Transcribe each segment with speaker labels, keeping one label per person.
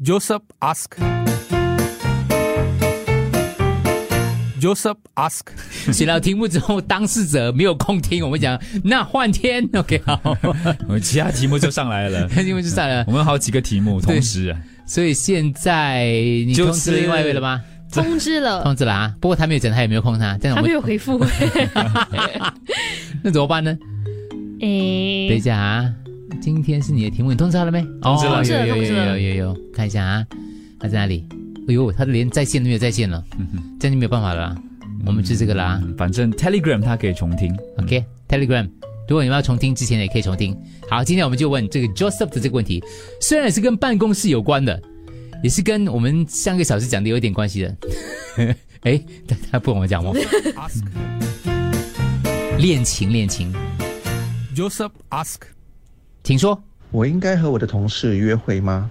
Speaker 1: Joseph asked. Joseph asked.
Speaker 2: 写到题目之后，当事者没有空听我们讲，那换天 OK 好，，
Speaker 3: 我们其他题目就上来了
Speaker 2: 因为就算了
Speaker 3: 我。们好几个题目同时啊，
Speaker 2: 所以现在你
Speaker 3: 就是
Speaker 2: 通知了另外一位了吗？
Speaker 4: 通知了，
Speaker 2: 通知了啊，不过他没有讲他有没有空他，但是
Speaker 4: 他
Speaker 2: 我
Speaker 4: 没
Speaker 2: 们
Speaker 4: 有回复。
Speaker 2: 那怎么办呢？等一
Speaker 4: 诶，
Speaker 2: 下啊，今天是你的题目，你通知他了没？通
Speaker 3: 知了
Speaker 2: 有哦有
Speaker 4: 通
Speaker 2: 有
Speaker 4: 知了
Speaker 2: 有有有有，看一下啊，他在哪里？哎呦，他连在线都没有在线了，
Speaker 3: 嗯哼
Speaker 2: 这样就没有办法了啊，我们就这个了啊。
Speaker 3: 嗯反正 Telegram 它可以重听。
Speaker 2: OK Telegram。如果你们要重听之前，也可以重听。好，今天我们就问这个 Joseph 的这个问题，虽然是跟办公室有关的，也是跟我们上个小时讲的有一点关系的。 哎，他他不跟我讲吗？
Speaker 1: Ask.
Speaker 2: 恋情，恋情，
Speaker 1: Joseph asked.
Speaker 2: 请说。
Speaker 5: 我应该和我的同事约会吗？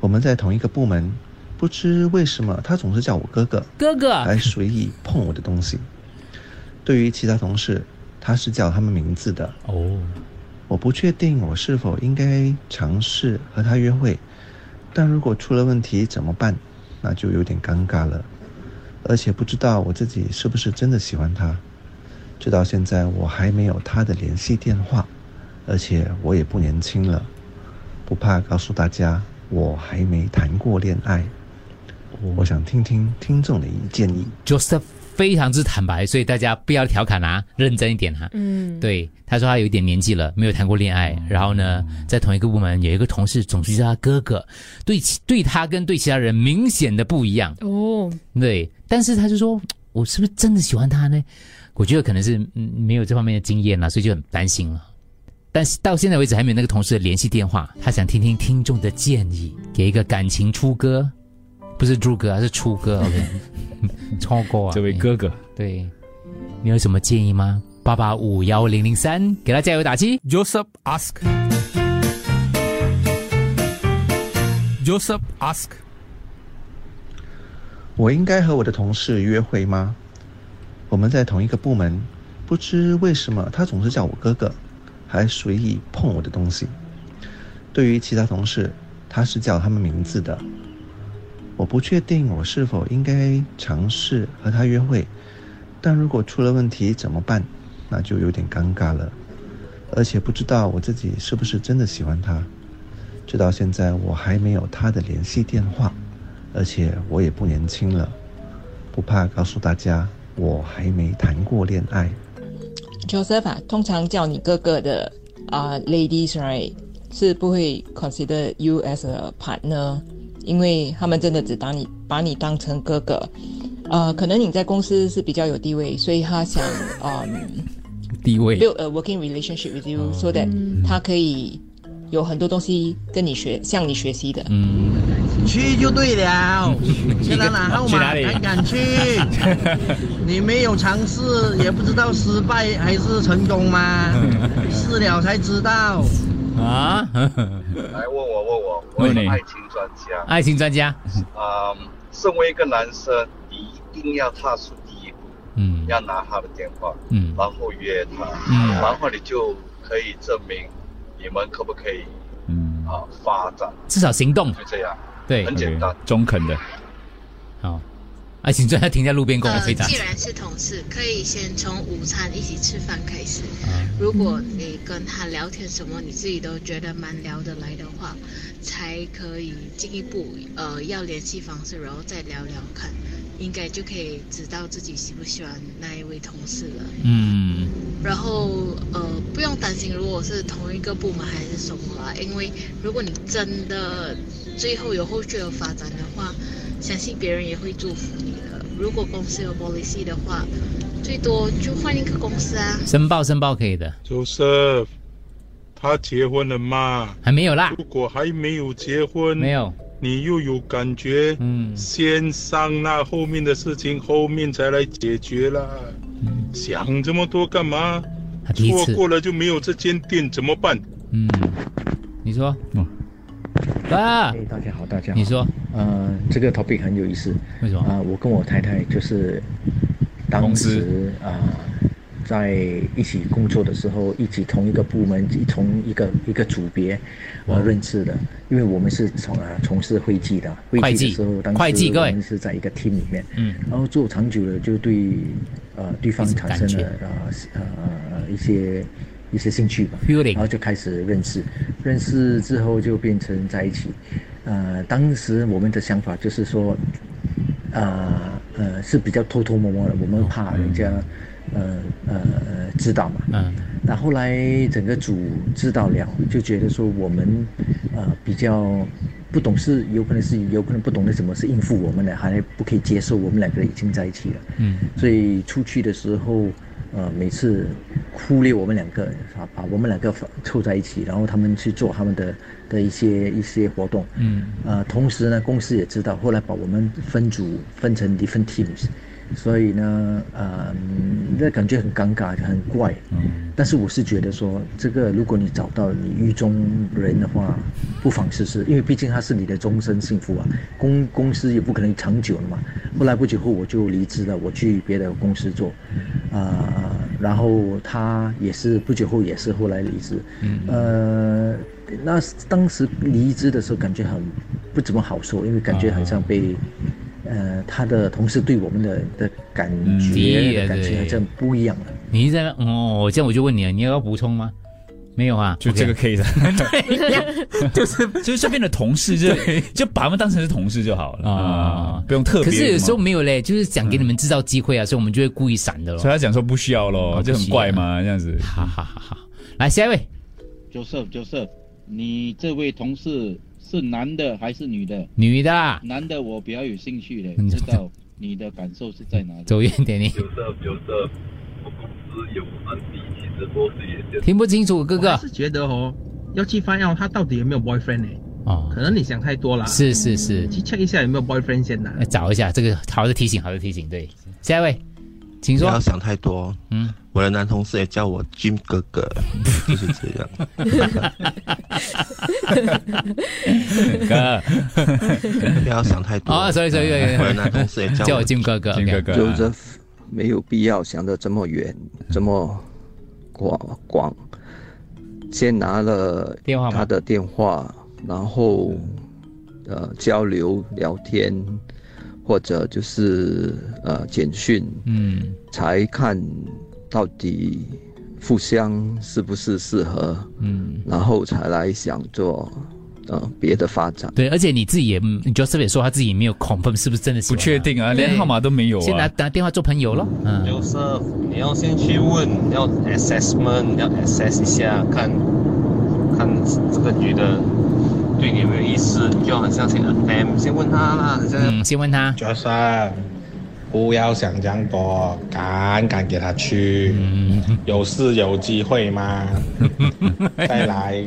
Speaker 5: 我们在同一个部门，不知为什么他总是叫我哥哥，
Speaker 2: 哥哥，
Speaker 5: 来随意碰我的东西。对于其他同事，他是叫他们名字的。
Speaker 2: 哦，
Speaker 5: 我不确定我是否应该尝试和他约会，但如果出了问题怎么办？那就有点尴尬了，而且不知道我自己是不是真的喜欢他。直到现在，我还没有他的联系电话，而且我也不年轻了，不怕告诉大家，我还没谈过恋爱。我想听听听众的意建议。
Speaker 2: Joseph 非常之坦白，所以大家不要调侃啊，认真一点啊。
Speaker 4: 嗯，
Speaker 2: 对，他说他有一点年纪了，没有谈过恋爱。然后呢，在同一个部门有一个同事总是叫他哥哥，对其对他跟对其他人明显的不一样。
Speaker 4: 哦，
Speaker 2: 对，但是他就说，我是不是真的喜欢他呢？我觉得可能是嗯没有这方面的经验了，所以就很担心了。但是到现在为止还没有那个同事的联系电话，他想听听听众的建议，给一个感情出歌，不是猪哥，而是出歌。OK，超过啊，
Speaker 3: 这位哥哥，
Speaker 2: 对，你有什么建议吗？八八五幺零零三，给他加油打气。
Speaker 1: Joseph asked. Joseph asked.
Speaker 5: 我应该和我的同事约会吗？我们在同一个部门，不知为什么他总是叫我哥哥，还随意碰我的东西。对于其他同事，他是叫他们名字的。我不确定我是否应该尝试和他约会，但如果出了问题怎么办？那就有点尴尬了，而且不知道我自己是不是真的喜欢他。直到现在，我还没有他的联系电话。而且我也不年轻了，不怕告诉大家，我还没谈过恋爱。
Speaker 6: Joseph 啊，通常叫你哥哥的啊、ladies right 是不会 consider you as a partner，因为他们真的只当你把你当成哥哥。呃，可能你在公司是比较有地位，所以他想嗯、
Speaker 2: 地位
Speaker 6: build a working relationship with you，so that 他可以有很多东西跟你学，向你学习的。
Speaker 7: 去就对了，去哪拿号
Speaker 3: 去
Speaker 7: 码
Speaker 3: 哪里
Speaker 7: 敢敢去？你没有尝试，也不知道失败还是成功吗？试了才知道。
Speaker 2: 啊，
Speaker 8: 来问我问我，我
Speaker 3: 问
Speaker 8: 是
Speaker 3: 你
Speaker 8: 爱情专家。
Speaker 2: 爱情专家，
Speaker 8: 啊、身为一个男生，你一定要踏出第一步，
Speaker 2: 嗯
Speaker 8: 要拿他的电话，
Speaker 2: 嗯
Speaker 8: 然后约他，
Speaker 2: 嗯
Speaker 8: 然后你就可以证明你们可不可以
Speaker 3: 嗯，
Speaker 8: 啊、发展，
Speaker 2: 至少行动
Speaker 8: 就这样。
Speaker 2: 对
Speaker 8: 很简
Speaker 3: OK，
Speaker 8: 单
Speaker 3: 中肯的，
Speaker 2: 好。爱情专家停在路边跟我
Speaker 9: 呃，
Speaker 2: 回答
Speaker 9: 既，然是同事，可以先从午餐一起吃饭开始。
Speaker 2: 啊
Speaker 9: 如果你跟他聊天什么，你自己都觉得蛮聊得来的话，才可以进一步呃要联系方式，然后再聊聊看，应该就可以知道自己喜不喜欢那一位同事了。
Speaker 2: 嗯
Speaker 9: 然后呃，不用担心，如果是同一个部门还是什么啦，因为如果你真的最后有后续的发展的话，相信别人也会祝福你的。如果公司有 policy 的话，最多就换一个公司啊。，
Speaker 2: 申报申报可以的，
Speaker 10: Joseph，他结婚了吗？
Speaker 2: 还没有啦，
Speaker 10: 如果还没有结婚，
Speaker 2: 没，有，
Speaker 10: 你又有感觉，
Speaker 2: 嗯
Speaker 10: 先商量后面的事情，后面才来解决啦。想这么多干嘛？
Speaker 2: 他第一
Speaker 10: 错
Speaker 2: 次，
Speaker 10: 过了就没有这间店怎么 办？
Speaker 2: 嗯，你说，啊，
Speaker 11: 哎，大家好，大家好。
Speaker 2: 你说
Speaker 11: 呃，这个 topic 很有意思
Speaker 2: 为什
Speaker 11: 啊、
Speaker 2: 么？
Speaker 11: 我跟我太太就是
Speaker 3: 公
Speaker 11: 当
Speaker 3: 司
Speaker 11: 时啊、在一起工作的时候，一起同一个部门，一同一个一个组别，呃，认识的。因为我们是从啊从事会计的，会
Speaker 2: 会计
Speaker 11: 计的时候，当
Speaker 2: 会计
Speaker 11: 时
Speaker 2: 各
Speaker 11: 我
Speaker 2: 位
Speaker 11: 们是在一个 team 里面，
Speaker 2: 嗯
Speaker 11: 然后做长久了就对呃对方
Speaker 2: 一些
Speaker 11: 产
Speaker 2: 感
Speaker 11: 生
Speaker 2: 觉
Speaker 11: 了呃是呃呃一些一些兴趣吧，
Speaker 2: Feeling
Speaker 11: 然后就开始认识，认识之后就变成在一起。呃，当时我们的想法就是说，呃呃是比较偷偷摸摸的，我们怕人家、呃呃知道嘛。
Speaker 2: 嗯
Speaker 11: 那后来整个组知道了，就觉得说我们呃比较不懂事，有可能是有可能不懂得怎么是应付我们的，还不可以接受我们两个人已经在一起了。
Speaker 2: 嗯，
Speaker 11: 所以出去的时候，呃，每次忽略我们两个，啊，把我们两个放凑在一起，然后他们去做他们的的一些一些活动。
Speaker 3: 嗯，
Speaker 11: 呃，同时呢，公司也知道，后来把我们分组分成 different teams，所以呢，呃，嗯那感觉很尴尬，很怪。
Speaker 3: 嗯
Speaker 11: 但是我是觉得说，这个如果你找到你意中人的话，不妨试试，因为毕竟他是你的终身幸福啊。公公司也不可能长久了嘛。后来不久后我就离职了，我去别的公司做，呃，然后他也是不久后也是后来离职，
Speaker 2: 嗯
Speaker 11: 呃，那当时离职的时候感觉很不怎么好受，因为感觉好像被。
Speaker 2: 嗯
Speaker 11: 呃，他的同事对我们的的感
Speaker 3: 嗯
Speaker 2: 敌意
Speaker 11: 觉、
Speaker 2: 啊
Speaker 11: 的感觉
Speaker 2: 对
Speaker 11: 好像不一样了。
Speaker 2: 你在那哦，这样我就问你了，你要补充吗？没有啊，
Speaker 3: 就这个 case，
Speaker 2: 就是
Speaker 3: 就是身边的同事就就把他们当成是同事就好了
Speaker 2: 啊
Speaker 3: 啊，不用特别。
Speaker 2: 可是有时候
Speaker 3: 什么
Speaker 2: 没有嘞，就是想给你们制造机会啊，所以我们就会故意闪的咯
Speaker 3: 所以。他讲说不需要咯，
Speaker 2: 哦
Speaker 3: 就很怪嘛，这样子。
Speaker 2: 哈哈哈哈！来下一位，
Speaker 4: Joseph Joseph，你这位同事是男的还是女的？
Speaker 2: 女的啊，
Speaker 4: 男的我比较有兴趣的，
Speaker 2: 嗯
Speaker 4: 知道你的感受是在哪里？
Speaker 2: 走远点你，
Speaker 8: Joseph Joseph，我公司有安迪，其实我是也是
Speaker 2: 听不清楚哥
Speaker 7: 我还
Speaker 2: 哥
Speaker 7: 是觉得哦，要去翻out 他到底有没有 boyfriend 呢、
Speaker 2: 哦
Speaker 7: 可，能你想太多
Speaker 4: 啊
Speaker 7: 了，啊
Speaker 2: 是是是，
Speaker 7: 去 check 一下有没有 boyfriend 先啊呐、
Speaker 2: 来找一下这个好的提醒，好的提醒，对，下一位，请
Speaker 12: 不要
Speaker 2: 说，
Speaker 12: 想太多。
Speaker 2: 嗯，
Speaker 12: 我的男同事也叫我 Jim 哥哥，就是这样。
Speaker 3: 哥，
Speaker 12: 不要想太多。
Speaker 2: 哦，sorry sorry
Speaker 12: 我的
Speaker 2: sorry，
Speaker 12: 男同事也
Speaker 2: 叫
Speaker 12: 叫
Speaker 2: 我
Speaker 12: 我
Speaker 2: 金哥哥
Speaker 3: 金哥
Speaker 2: ，OK，
Speaker 3: 哥啊，
Speaker 13: Joseph 没有必要想得这么远，这么广广。先拿了
Speaker 2: 电话吗
Speaker 13: 他的电话，然后呃交流聊天，或者就是呃简讯，
Speaker 2: 嗯
Speaker 13: 才看到底互相是不是适合，
Speaker 2: 嗯。
Speaker 13: 然后才来想做呃别的发展。
Speaker 2: 对，而且你自己也嗯，Joseph 也说他自己没有 confirm 是不是真的喜
Speaker 3: 不
Speaker 2: 欢
Speaker 3: 确定啊，连号码都没有
Speaker 2: 他，先拿
Speaker 3: 啊。
Speaker 2: 打电话做朋友咯。嗯，
Speaker 14: 就是你要先去问，你要 assessment，你要 assess 一下，看看这个女的对你有没有意思，你就很像先 attempt，先问她啦，很像
Speaker 2: 嗯，先问他，
Speaker 15: Joseph，不要想这样多，赶赶给他去，有是有机会吗？再来，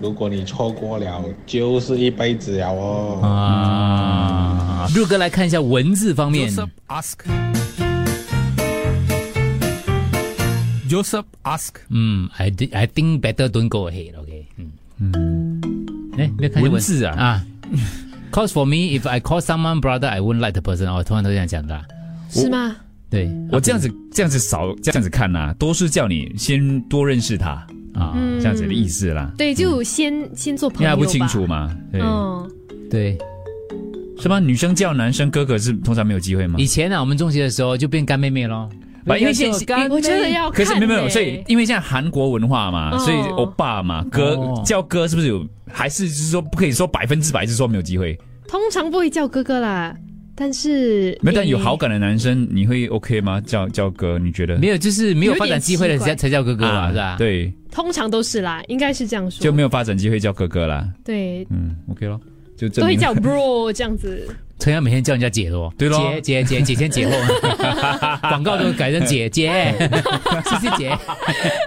Speaker 15: 如果你错过了，就是一辈子了哦。
Speaker 2: 啊，入哥来看一下文字方面，
Speaker 1: Joseph ask. Joseph ask.
Speaker 2: 嗯，I d I think better don't go ahead，OK，、嗯嗯，哎，没有看见
Speaker 3: 文字啊
Speaker 2: 啊，cause for me if I call someone brother I won't like the person，哦，通常都这样讲的啊、
Speaker 16: 是吗？
Speaker 2: 对啊
Speaker 3: 我这样子这样子少这样子看呐，都是叫你先多认识他啊，
Speaker 16: 嗯
Speaker 3: 这样子的意思啦。
Speaker 16: 对，就先先做
Speaker 3: 因
Speaker 16: 朋
Speaker 3: 为
Speaker 16: 友
Speaker 3: 他
Speaker 16: 吧。
Speaker 3: 不清楚嘛，对，
Speaker 16: 嗯，
Speaker 2: 对，
Speaker 3: 是吗？女生叫男生哥哥是通常没有机会吗
Speaker 2: 以？前啊呢、我们中学的时候就变干妹妹咯，
Speaker 3: 不因为现
Speaker 16: 干我觉得要
Speaker 3: 可是
Speaker 16: 看
Speaker 3: 没有没有，
Speaker 16: 嘞
Speaker 3: 所以因为现在韩国文化嘛，
Speaker 16: 哦
Speaker 3: 所以欧巴嘛，哥
Speaker 2: 哦
Speaker 3: 叫哥是不是有？还是就是说不可以说百分之百是说没有机会？
Speaker 16: 通常不会叫哥哥啦，但是
Speaker 3: 没有，但有
Speaker 16: 诶
Speaker 3: 好感的男生你会 OK 吗？叫叫哥，你觉得？
Speaker 2: 没有就是没有
Speaker 16: 有点
Speaker 2: 发展机会了
Speaker 16: 奇怪
Speaker 2: 才才叫哥哥嘛，
Speaker 3: 啊
Speaker 2: 是吧？，
Speaker 3: 对，
Speaker 16: 通常都是啦，应该是这样说。
Speaker 3: 就没有发展机会叫哥哥啦。
Speaker 16: 对，
Speaker 3: 嗯，OK 咯，就
Speaker 16: 都
Speaker 3: 证
Speaker 16: 会
Speaker 3: 明
Speaker 16: 叫 bro 这样子。
Speaker 2: 同样每天叫人家哦姐咯，
Speaker 3: 对咯
Speaker 2: 姐姐姐姐前姐后， 广告都改成姐姐，谢谢 姐，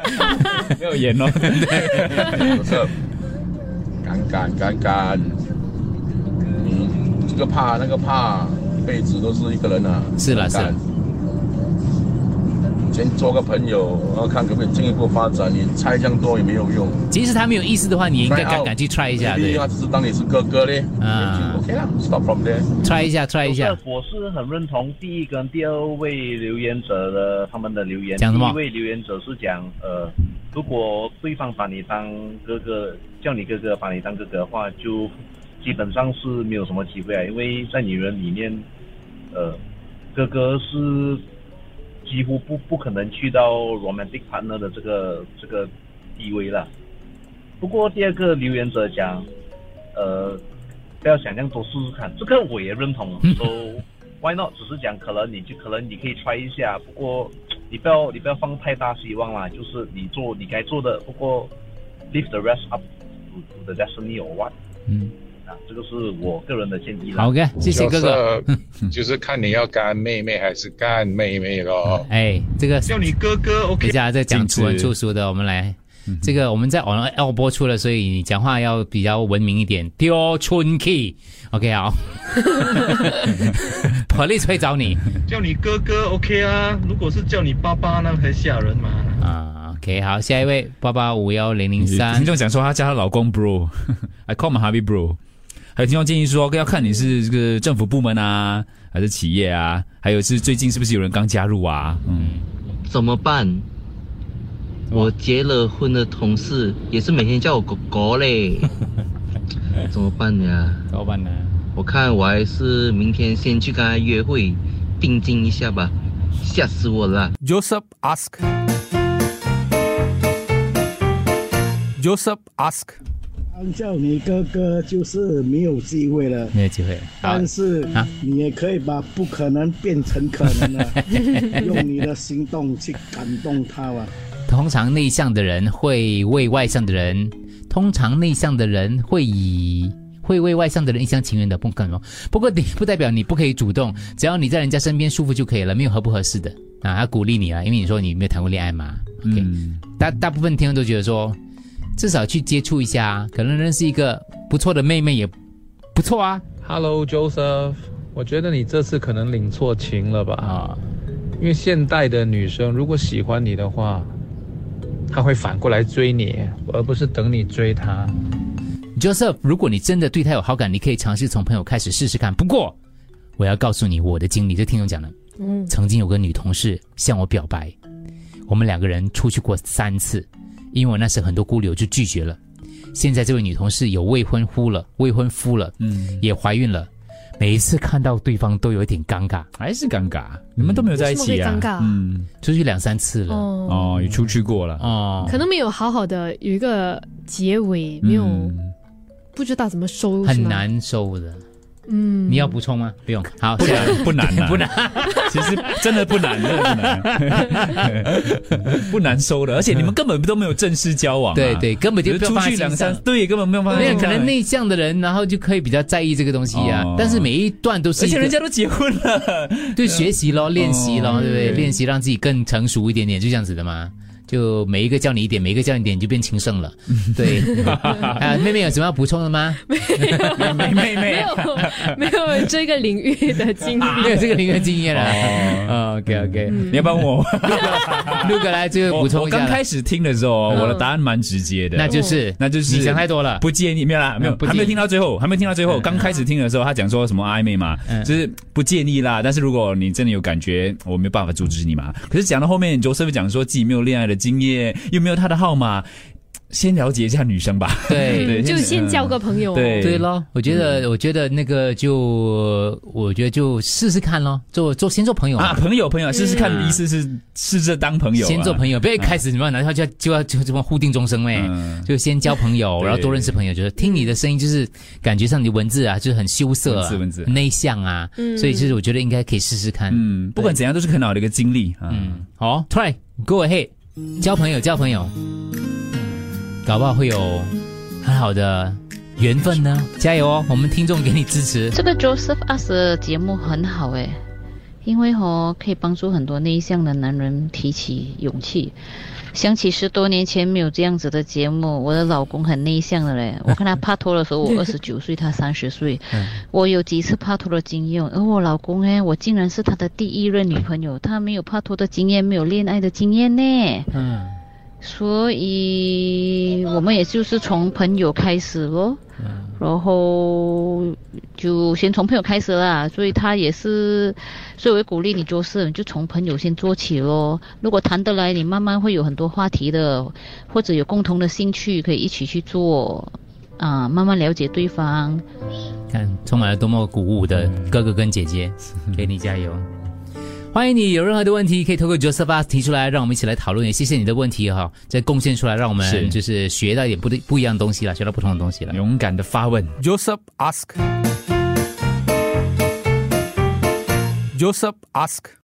Speaker 3: 没有演咯。
Speaker 17: 不是，敢敢敢敢，你这个怕那个怕，一辈子都是一个人啊。
Speaker 2: 是啦
Speaker 17: 敢敢先做个朋友，然后看可不可以进一步发展。你猜这样多也没有用。
Speaker 2: 即使他没有意思的话，你应该
Speaker 17: Try
Speaker 2: 敢
Speaker 17: out
Speaker 2: 敢去 try 一下，
Speaker 17: 第
Speaker 2: 对
Speaker 17: 一话只是当你是哥哥嘞，
Speaker 2: 啊
Speaker 17: ，OK 啦，stop from there。
Speaker 2: ，try 一下，try 一下。
Speaker 18: 我是很认同第一跟第二位留言者的他们的留言。
Speaker 2: 讲什么
Speaker 18: 第一位留言者是讲，呃，如果对方把你当哥哥，叫你哥哥，把你当哥哥的话，就基本上是没有什么机会啊，因为在女人里面，呃，哥哥是几乎不不可能去到 romantic partner 的这个这个地位了。不过第二个留言者讲，呃，不要想象多试试看，这个我也认 同。so 啊 why not？只是讲可能你就可能你可以 try 一下，不过你不要你不要放太大希望啦，就是你做你该做的，不过 leave the rest up to, to the destiny or what。
Speaker 2: 嗯，
Speaker 18: 啊，这个是我个人的建议啦。
Speaker 2: 好的，谢谢哥哥。
Speaker 10: 就是，就是看你要干妹妹还是干妹妹咯。
Speaker 2: 哎，这个
Speaker 10: 叫你哥哥
Speaker 2: 等
Speaker 10: OK
Speaker 2: 一。下再讲出文
Speaker 10: 禁止
Speaker 2: 出书的，我们
Speaker 10: 嗯
Speaker 2: 来。这个我们在网要播出了，所以你讲话要比较文明一点。丢春 key，OK 好 ，police 会找你
Speaker 19: 叫你哥哥 OK 啊，如果是叫你爸爸，那很吓人嘛。
Speaker 2: 啊。OK 好，下一位八八五幺零零三
Speaker 3: 听，众讲说她叫她老公 bro，I call my hubby bro。还有听众建议说，要看你是这个政府部门啊，还是企业啊，还有是最近是不是有人刚加入啊？嗯，
Speaker 20: 怎么办？我结了婚的同事也是每天叫我狗狗嘞，怎么办呀？
Speaker 2: 怎么办呢？
Speaker 20: 我看我还是明天先去跟他约会，定睛一下吧，吓死我了。
Speaker 1: Joseph ask. Joseph ask.
Speaker 21: 按照你哥哥就是没有机会了，
Speaker 2: 没有机会了。好
Speaker 21: 但是
Speaker 2: 啊
Speaker 21: 你也可以把不可能变成可能了， 用你的行动去感动他吧。
Speaker 2: 通常内向的人会为外向的人，通常内向的人会以会为外向的人一厢情愿的，不可能。不过你不代表你不可以主动，只要你在人家身边舒服就可以了，没有合不合适的啊。他鼓励你啊，因为你说你没有谈过恋爱嘛。OK，、大大部分听众都觉得说，至少去接触一下啊，可能认识一个不错的妹妹也不错啊。
Speaker 19: Hello Joseph，我觉得你这次可能领错情了吧？
Speaker 2: 啊，
Speaker 19: 因为现代的女生如果喜欢你的话，她会反过来追你，而不是等你追她。
Speaker 2: Joseph，如果你真的对他有好感，你可以尝试从朋友开始试试看。不过，我要告诉你我的经历，这听众讲的。
Speaker 16: 嗯，
Speaker 2: 曾经有个女同事向我表白，我们两个人出去过三次，因为我那时很多顾虑，我就拒绝了。现在这位女同事有未婚夫了，未婚夫了，嗯，也怀孕了。每一次看到对方都有一点尴尬，
Speaker 3: 还是尴尬，你们都没有在一起啊
Speaker 16: 为什么会尴尬
Speaker 3: 嗯，
Speaker 2: 出去两三次了，
Speaker 9: 嗯
Speaker 16: 哦
Speaker 3: 哦，也出去过了，
Speaker 2: 哦
Speaker 16: 可能没有好好的有一个结尾，没有、
Speaker 3: 嗯
Speaker 16: 不知道怎么收，
Speaker 2: 很
Speaker 16: 是吗。
Speaker 2: 难受的。
Speaker 16: 嗯，
Speaker 2: 你要补充吗？不用，好，
Speaker 3: 不
Speaker 2: 下一
Speaker 3: 难
Speaker 2: 位
Speaker 3: 不难啊
Speaker 2: 不难。
Speaker 3: 其实真的不难，真的不难， 不难收的，而且你们根本都没有正式交往啊，
Speaker 2: 对对，根本就
Speaker 3: 只
Speaker 2: 不
Speaker 3: 是
Speaker 2: 要
Speaker 3: 出
Speaker 2: 放在
Speaker 3: 去
Speaker 2: 心
Speaker 3: 两
Speaker 2: 上
Speaker 3: 三，对，根本没有放在
Speaker 2: 没
Speaker 3: 心
Speaker 2: 有
Speaker 3: 上
Speaker 2: 可能内向的人，然后就可以比较在意这个东西啊。
Speaker 3: 哦
Speaker 2: 但是每一段都是
Speaker 3: 而
Speaker 2: 一个，
Speaker 3: 且人家都结婚了，
Speaker 2: 对，学习咯，练习
Speaker 3: 嗯
Speaker 2: 咯，对不对？练习让自己更成熟一点点，就这样子的嘛。就每一个教你一点，每一个教你一点，你就变情圣了。
Speaker 3: 嗯
Speaker 2: 对，啊，妹妹有什么要补充的吗？
Speaker 16: 没
Speaker 3: 没
Speaker 16: 没有 没有这个领域的经历，
Speaker 2: 没有这个零元经验啊
Speaker 3: 哦
Speaker 2: 了。OK OK，
Speaker 3: 你要帮我
Speaker 2: 六个来最后补充
Speaker 3: 嗯我
Speaker 2: 一下啦
Speaker 3: 刚开始听的时候，
Speaker 2: 嗯
Speaker 3: 我的答案蛮直接的，
Speaker 2: 那就是
Speaker 3: 那就是
Speaker 2: 你想太多了
Speaker 3: 不建议没有啦，没有
Speaker 2: 嗯不，建议嗯
Speaker 3: 还没有听到最后，还没有听到最后。刚开始听的时候，他讲说什么暧昧嘛，就是不建议啦。但是如果你真的有感觉，我没有办法阻止你嘛。可是讲到后面，周师傅讲说自己没有恋爱的经验，又没有他的号码，先了解一下女生吧。
Speaker 2: 对
Speaker 3: 对，嗯
Speaker 16: 就先交个朋友、哦。
Speaker 3: 对嗯
Speaker 2: 对咯，我觉得，我觉得那个就，我觉得就试试看咯，做做先做朋友嘛
Speaker 3: 啊，朋友朋友，试试看
Speaker 2: 哦嗯，
Speaker 3: 意思是试着当朋友啊，
Speaker 2: 先做朋友，不哎要一
Speaker 3: 啊
Speaker 2: 开始你们然后就要就要就这么互定终生呗，
Speaker 3: 嗯
Speaker 2: 就先交朋友，
Speaker 3: 对
Speaker 2: 然后多认识朋友。就是听你的声音，就是感觉上你的文字啊，就是很羞涩、啊，
Speaker 3: 文字文字
Speaker 2: 内向啊，
Speaker 3: 嗯
Speaker 2: 所以其实我觉得应该可以试试看。
Speaker 3: 嗯，不管怎样都是很好的一个经历啊。
Speaker 2: 嗯，好，try go ahead，交朋友交朋友，搞不好会有很好的缘分呢。加油哦，我们听众给你支持。
Speaker 22: 这个 Joseph Us 的节目很好诶，
Speaker 9: 欸因为哦，可以帮助很多内向的男人提起勇气。想起十多年前没有这样子的节目，我的老公很内向的嘞。我跟他拍拖的时候，我二十九岁，他三十岁。我有几次拍拖的经验，而我老公哎，我竟然是他的第一任女朋友，他没有拍拖的经验，没有恋爱的经验呢。
Speaker 2: 嗯，
Speaker 9: 所以我们也就是从朋友开始咯，然后就先从朋友开始啦。所以他也是，所以我会鼓励你做事，你就从朋友先做起咯。如果谈得来，你慢慢会有很多话题的，或者有共同的兴趣，可以一起去做，啊、慢慢了解对方。
Speaker 2: 看充满了多么鼓舞的哥哥跟姐姐，给你加油！欢迎你有任何的问题可以透过 Joseph 啊提出来，让我们一起来讨论。也谢谢你的问题哈、再贡献出来，让我
Speaker 3: 是
Speaker 2: 们就是学到一点不对不一样的东西了，学到不同的东西了。勇敢的发问
Speaker 1: Joseph ask. Joseph ask.